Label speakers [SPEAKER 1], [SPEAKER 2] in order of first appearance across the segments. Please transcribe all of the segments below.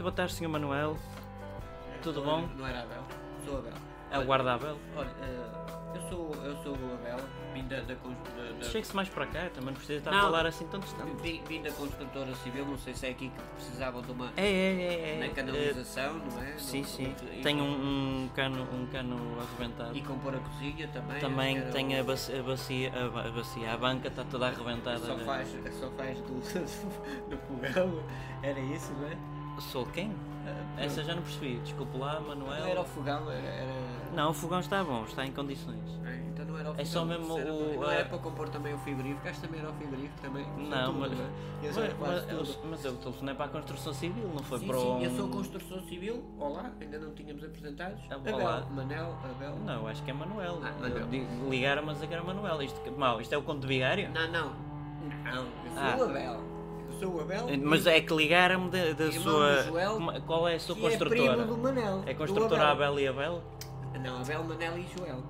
[SPEAKER 1] boa tarde, Sr. Manuel. Tudo
[SPEAKER 2] Sou-
[SPEAKER 1] bom?
[SPEAKER 2] Não era Abel, sou Abel.
[SPEAKER 1] É o guardável.
[SPEAKER 2] Olha, eh, eu sou, eu sou o Abel, vim da, da, cons- da- da-
[SPEAKER 1] Chegue-se mais para cá, também não precisa estar a
[SPEAKER 2] Não.
[SPEAKER 1] falar assim tão distante.
[SPEAKER 2] vim, vim da construtora civil, não sei se é aqui que precisavam de uma
[SPEAKER 1] É, é, é.
[SPEAKER 2] na
[SPEAKER 1] é.
[SPEAKER 2] canalização, não é?
[SPEAKER 1] Eh, sim,
[SPEAKER 2] Não-
[SPEAKER 1] sim.
[SPEAKER 2] e-
[SPEAKER 1] Tem um, um cano, um cano arrebentado.
[SPEAKER 2] E compor a cozinha também. acho
[SPEAKER 1] Também
[SPEAKER 2] que era
[SPEAKER 1] tem
[SPEAKER 2] o-
[SPEAKER 1] a bacia, a bacia, a ba- a, bacia, a banca está toda arrebentada.
[SPEAKER 2] Só
[SPEAKER 1] de-
[SPEAKER 2] faz, só faz do, do fogão, era isso, não é?
[SPEAKER 1] Sou quem?
[SPEAKER 2] Ah,
[SPEAKER 1] Essa já não percebi. Desculpe lá,
[SPEAKER 2] pronto. Não era o
[SPEAKER 1] Manuel.
[SPEAKER 2] fogão, era. era-
[SPEAKER 1] Não, o fogão está bom, está em condições.
[SPEAKER 2] Ah, Então não era o
[SPEAKER 1] É
[SPEAKER 2] fogão.
[SPEAKER 1] só mesmo
[SPEAKER 2] era-
[SPEAKER 1] o-
[SPEAKER 2] Não
[SPEAKER 1] a-
[SPEAKER 2] era para compor também o frigorífico, acho que também era o frigorífico também. sou
[SPEAKER 1] Não,
[SPEAKER 2] tudo,
[SPEAKER 1] mas-
[SPEAKER 2] é? Eu
[SPEAKER 1] Mas,
[SPEAKER 2] sou quase tudo.
[SPEAKER 1] mas, mas eu telefonei para a construção civil, não foi
[SPEAKER 2] sim,
[SPEAKER 1] para
[SPEAKER 2] sim,
[SPEAKER 1] um...
[SPEAKER 2] eu sou construção civil. Olá, ainda não tínhamos apresentados.
[SPEAKER 1] Ah,
[SPEAKER 2] Abel,
[SPEAKER 1] olá.
[SPEAKER 2] Manel, Abel.
[SPEAKER 1] Não, eu acho que é Manuel.
[SPEAKER 2] Ah, Manuel.
[SPEAKER 1] Eu digo- Ligaram-me a dizer que era Manuel. Isto, que- mau, isto é o conto de vigário?
[SPEAKER 2] Não, não. Não, eu sou
[SPEAKER 1] Ah.
[SPEAKER 2] o Abel. Eu sou o Abel.
[SPEAKER 1] Mas é que ligaram-me da, da
[SPEAKER 2] Irmão
[SPEAKER 1] sua.
[SPEAKER 2] do Joel,
[SPEAKER 1] Como- qual é a sua
[SPEAKER 2] que É
[SPEAKER 1] construtora?
[SPEAKER 2] primo do Manel.
[SPEAKER 1] É
[SPEAKER 2] do
[SPEAKER 1] construtora Abel e Abel?
[SPEAKER 2] Não, Abel, Manel e Joel.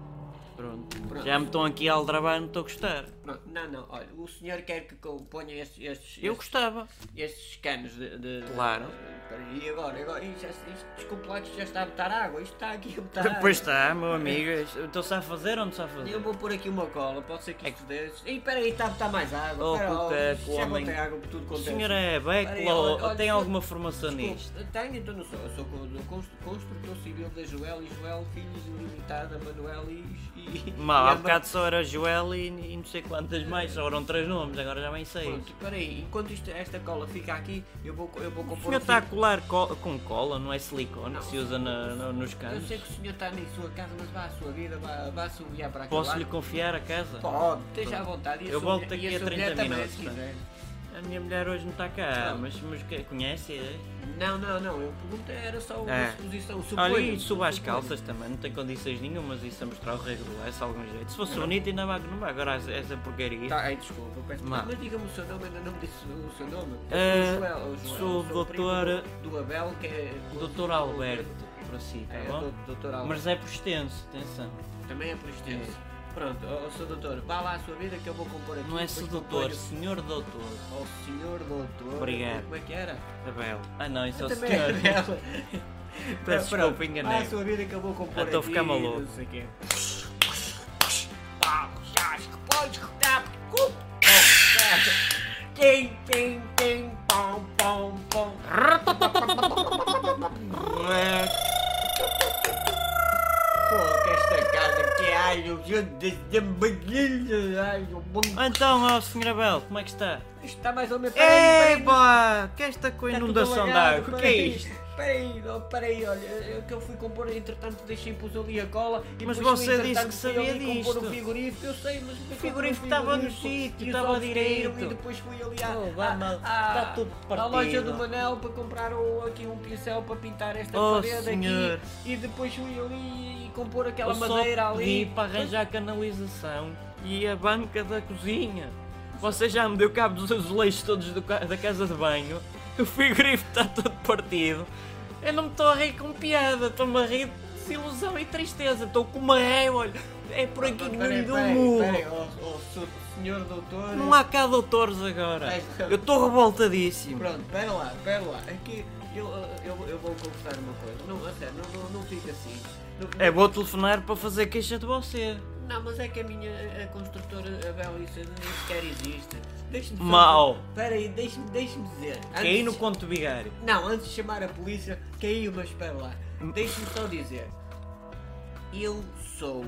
[SPEAKER 1] Pronto.
[SPEAKER 2] Pronto.
[SPEAKER 1] Já me estão aqui a aldrabar, não estou a gostar.
[SPEAKER 2] Pronto, não, não, olha, o senhor quer que eu ponha estes, estes,
[SPEAKER 1] Eu
[SPEAKER 2] estes,
[SPEAKER 1] gostava.
[SPEAKER 2] estes canos de. de
[SPEAKER 1] Claro.
[SPEAKER 2] de- e agora, agora, isto, já- isto, desculpe lá que isto já está a botar água, isto está aqui a botar água.
[SPEAKER 1] Pois está, meu amigo. Estou-se a fazer ou não estou a
[SPEAKER 2] Tá. Eu
[SPEAKER 1] fazer?
[SPEAKER 2] vou pôr aqui uma cola, pode ser que isto deixe. Ih, peraí, está a botar mais água.
[SPEAKER 1] É Oh,
[SPEAKER 2] espera,
[SPEAKER 1] Cuteco,
[SPEAKER 2] já
[SPEAKER 1] homem.
[SPEAKER 2] botei água por tudo
[SPEAKER 1] O
[SPEAKER 2] quanto
[SPEAKER 1] senhor
[SPEAKER 2] é.
[SPEAKER 1] é
[SPEAKER 2] Peraí, olha,
[SPEAKER 1] Beclo?
[SPEAKER 2] olha,
[SPEAKER 1] Tem
[SPEAKER 2] senhor-
[SPEAKER 1] alguma formação nisto?
[SPEAKER 2] Desculpe, Tenho, então não sou. Eu sou co- do const- construtor civil da Joel e Joel Filhos Ilimitada, Manuel e. e
[SPEAKER 1] Mal,
[SPEAKER 2] e
[SPEAKER 1] há
[SPEAKER 2] Ama-
[SPEAKER 1] bocado só era Joel e, e não sei quantas mais, só eram três nomes, agora já vem seis.
[SPEAKER 2] Pronto, espera aí, enquanto isto- esta cola fica aqui, eu vou, eu vou
[SPEAKER 1] O
[SPEAKER 2] compor.
[SPEAKER 1] senhor
[SPEAKER 2] um
[SPEAKER 1] está a colar co- com cola, não é silicone
[SPEAKER 2] Não.
[SPEAKER 1] que se usa na- na- nos
[SPEAKER 2] Eu
[SPEAKER 1] canos?
[SPEAKER 2] sei que o senhor está na sua casa, mas vá à sua vida, vá, vá subir para aqui.
[SPEAKER 1] Posso lhe confiar a casa?
[SPEAKER 2] Pode, esteja à vontade. E
[SPEAKER 1] Eu
[SPEAKER 2] sua
[SPEAKER 1] volto
[SPEAKER 2] mulher- e
[SPEAKER 1] aqui a
[SPEAKER 2] sua
[SPEAKER 1] 30
[SPEAKER 2] mulher também,
[SPEAKER 1] minutos, tá?
[SPEAKER 2] se quiser.
[SPEAKER 1] A minha mulher hoje não está cá,
[SPEAKER 2] Não.
[SPEAKER 1] mas, mas que- conhece? É?
[SPEAKER 2] Não, não, não, eu pergunto era só uma
[SPEAKER 1] É.
[SPEAKER 2] suposição.
[SPEAKER 1] Olha,
[SPEAKER 2] suponho,
[SPEAKER 1] e suba as
[SPEAKER 2] suponho.
[SPEAKER 1] calças também, não tem condições nenhumas isso a mostrar o rego do leste, algum jeito. Se fosse bonito ainda vai que não vai, agora essa- essa porcaria.
[SPEAKER 2] Tá, ai, desculpa, eu peço
[SPEAKER 1] Má.
[SPEAKER 2] Mas diga-me o seu nome, ainda não me disse o seu nome.
[SPEAKER 1] Eh,
[SPEAKER 2] Eu sou o Joel, o
[SPEAKER 1] sou o
[SPEAKER 2] Joel, sou primo
[SPEAKER 1] doutor-
[SPEAKER 2] do- Do Abel, que é.
[SPEAKER 1] Doutor Alberto, por si, tá
[SPEAKER 2] É,
[SPEAKER 1] bom?
[SPEAKER 2] do- doutor Alberto.
[SPEAKER 1] Mas é por extenso, atenção.
[SPEAKER 2] Também é por extenso. Pronto, ó, ó, seu doutor, vá lá à sua vida que eu vou compor aqui.
[SPEAKER 1] Não é
[SPEAKER 2] depois
[SPEAKER 1] sedutor,
[SPEAKER 2] proponho
[SPEAKER 1] senhor doutor.
[SPEAKER 2] Ao senhor doutor.
[SPEAKER 1] Obrigado.
[SPEAKER 2] Como é que era?
[SPEAKER 1] Abel. Ah não, isso é o
[SPEAKER 2] Também
[SPEAKER 1] senhor.
[SPEAKER 2] é dela.
[SPEAKER 1] Peço
[SPEAKER 2] Pronto,
[SPEAKER 1] desculpa, enganei.
[SPEAKER 2] Ah, a sua vida acabou com o
[SPEAKER 1] Eu tô a ficar maluco.
[SPEAKER 2] Não sei o quê. Ah, acho que podes rodar. Uh, oh, Tim, tim, tim, pom, pom, pom. Pô, que esta casa que é alho, de- de- de bagulho, alho, bom.
[SPEAKER 1] Então, ó senhor Abel, como é que está?
[SPEAKER 2] Isto está mais ou menos...
[SPEAKER 1] É, Eba! Que é esta com a
[SPEAKER 2] Tá tudo
[SPEAKER 1] inundação de
[SPEAKER 2] alagado,
[SPEAKER 1] água, que é
[SPEAKER 2] peraí,
[SPEAKER 1] isto?
[SPEAKER 2] Peraí, oh, peraí, olha, eu que eu fui compor, entretanto deixei pus ali a cola e
[SPEAKER 1] Mas
[SPEAKER 2] depois,
[SPEAKER 1] você disse
[SPEAKER 2] entretanto,
[SPEAKER 1] que
[SPEAKER 2] fui
[SPEAKER 1] sabia
[SPEAKER 2] ali compor
[SPEAKER 1] disto.
[SPEAKER 2] o frigorífico, eu sei, mas o
[SPEAKER 1] frigorífico estava no sítio, estava direito.
[SPEAKER 2] E depois fui ali à,
[SPEAKER 1] Oh, vá,
[SPEAKER 2] à-
[SPEAKER 1] mal,
[SPEAKER 2] à-
[SPEAKER 1] tá tudo
[SPEAKER 2] à loja
[SPEAKER 1] partido.
[SPEAKER 2] do Manel para comprar o- aqui um pincel para pintar esta
[SPEAKER 1] Oh,
[SPEAKER 2] parede
[SPEAKER 1] senhor.
[SPEAKER 2] aqui e depois fui ali e compor aquela
[SPEAKER 1] Eu só
[SPEAKER 2] é madeira ali.
[SPEAKER 1] pedi para arranjar a canalização e a banca da cozinha. Você já me deu cabo dos azulejos todos do ca- da casa de banho. O frigorífico está todo partido. Eu não me estou a rir com piada, estou-me a rir de desilusão e tristeza. Estou com uma ré, olha. É por aqui no
[SPEAKER 2] Peraí,
[SPEAKER 1] meio do
[SPEAKER 2] peraí, peraí,
[SPEAKER 1] muro.
[SPEAKER 2] oh, oh, senhor- senhor doutor.
[SPEAKER 1] Não há cá doutores agora.
[SPEAKER 2] Ai, não.
[SPEAKER 1] Eu estou revoltadíssimo.
[SPEAKER 2] Pronto, pera lá, pera lá. Aqui eu, eu, eu vou confessar uma coisa. Não, a sério, não, não, não fica assim. Não,
[SPEAKER 1] É vou telefonar para fazer queixa de você.
[SPEAKER 2] Não, mas é que a minha a construtora Abel isso nem sequer existe. Deixa-me só-
[SPEAKER 1] Mau.
[SPEAKER 2] Espera aí, deixa-me deixa dizer.
[SPEAKER 1] Caí no
[SPEAKER 2] Antes-
[SPEAKER 1] conto bigário.
[SPEAKER 2] Não, antes de chamar a polícia, caiu, mas espera lá. Deixa-me só dizer. Eu sou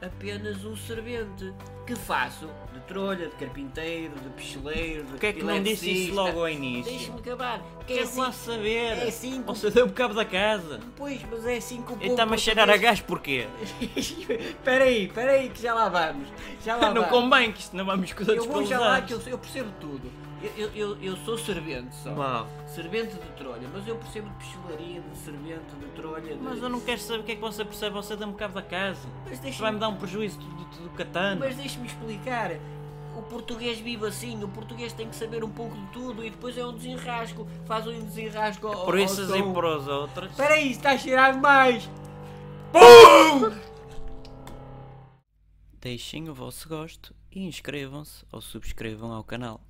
[SPEAKER 2] apenas um servente que faço de trolha, de carpinteiro, de picheleiro, de
[SPEAKER 1] Porquê é que não disse isso
[SPEAKER 2] eletricista.
[SPEAKER 1] logo ao início?
[SPEAKER 2] Deixa-me acabar. Que é
[SPEAKER 1] Quero lá
[SPEAKER 2] assim-
[SPEAKER 1] saber.
[SPEAKER 2] é assim que-
[SPEAKER 1] Você deu o cabo da casa.
[SPEAKER 2] Pois, mas é assim que o povo.
[SPEAKER 1] Ele está-me a cheirar a
[SPEAKER 2] português-
[SPEAKER 1] gás porquê?
[SPEAKER 2] Peraí, peraí, que já lá vamos. Já lá
[SPEAKER 1] Não
[SPEAKER 2] vamos.
[SPEAKER 1] convém que isto não vamos coisas
[SPEAKER 2] Eu vou já lá que eu, eu percebo tudo. Eu, eu, eu, eu sou servente só.
[SPEAKER 1] Mal.
[SPEAKER 2] Servente de trolha, mas eu percebo de pichelaria, de servente, de trolha. De...
[SPEAKER 1] Mas eu não quero saber o que é que você percebe. Você deu-me cabo da casa.
[SPEAKER 2] Mas
[SPEAKER 1] Isto
[SPEAKER 2] deixa-me
[SPEAKER 1] vai-me dar um prejuízo do, do, do catano.
[SPEAKER 2] Mas deixe-me explicar. O português vive assim, o português tem que saber um pouco de tudo e depois é um desenrasco. Faz um desenrasco ao,
[SPEAKER 1] Por
[SPEAKER 2] ao
[SPEAKER 1] essas e
[SPEAKER 2] som.
[SPEAKER 1] por as outras.
[SPEAKER 2] Peraí, está a cheirar mais!
[SPEAKER 1] Deixem o vosso gosto e inscrevam-se ou subscrevam ao canal.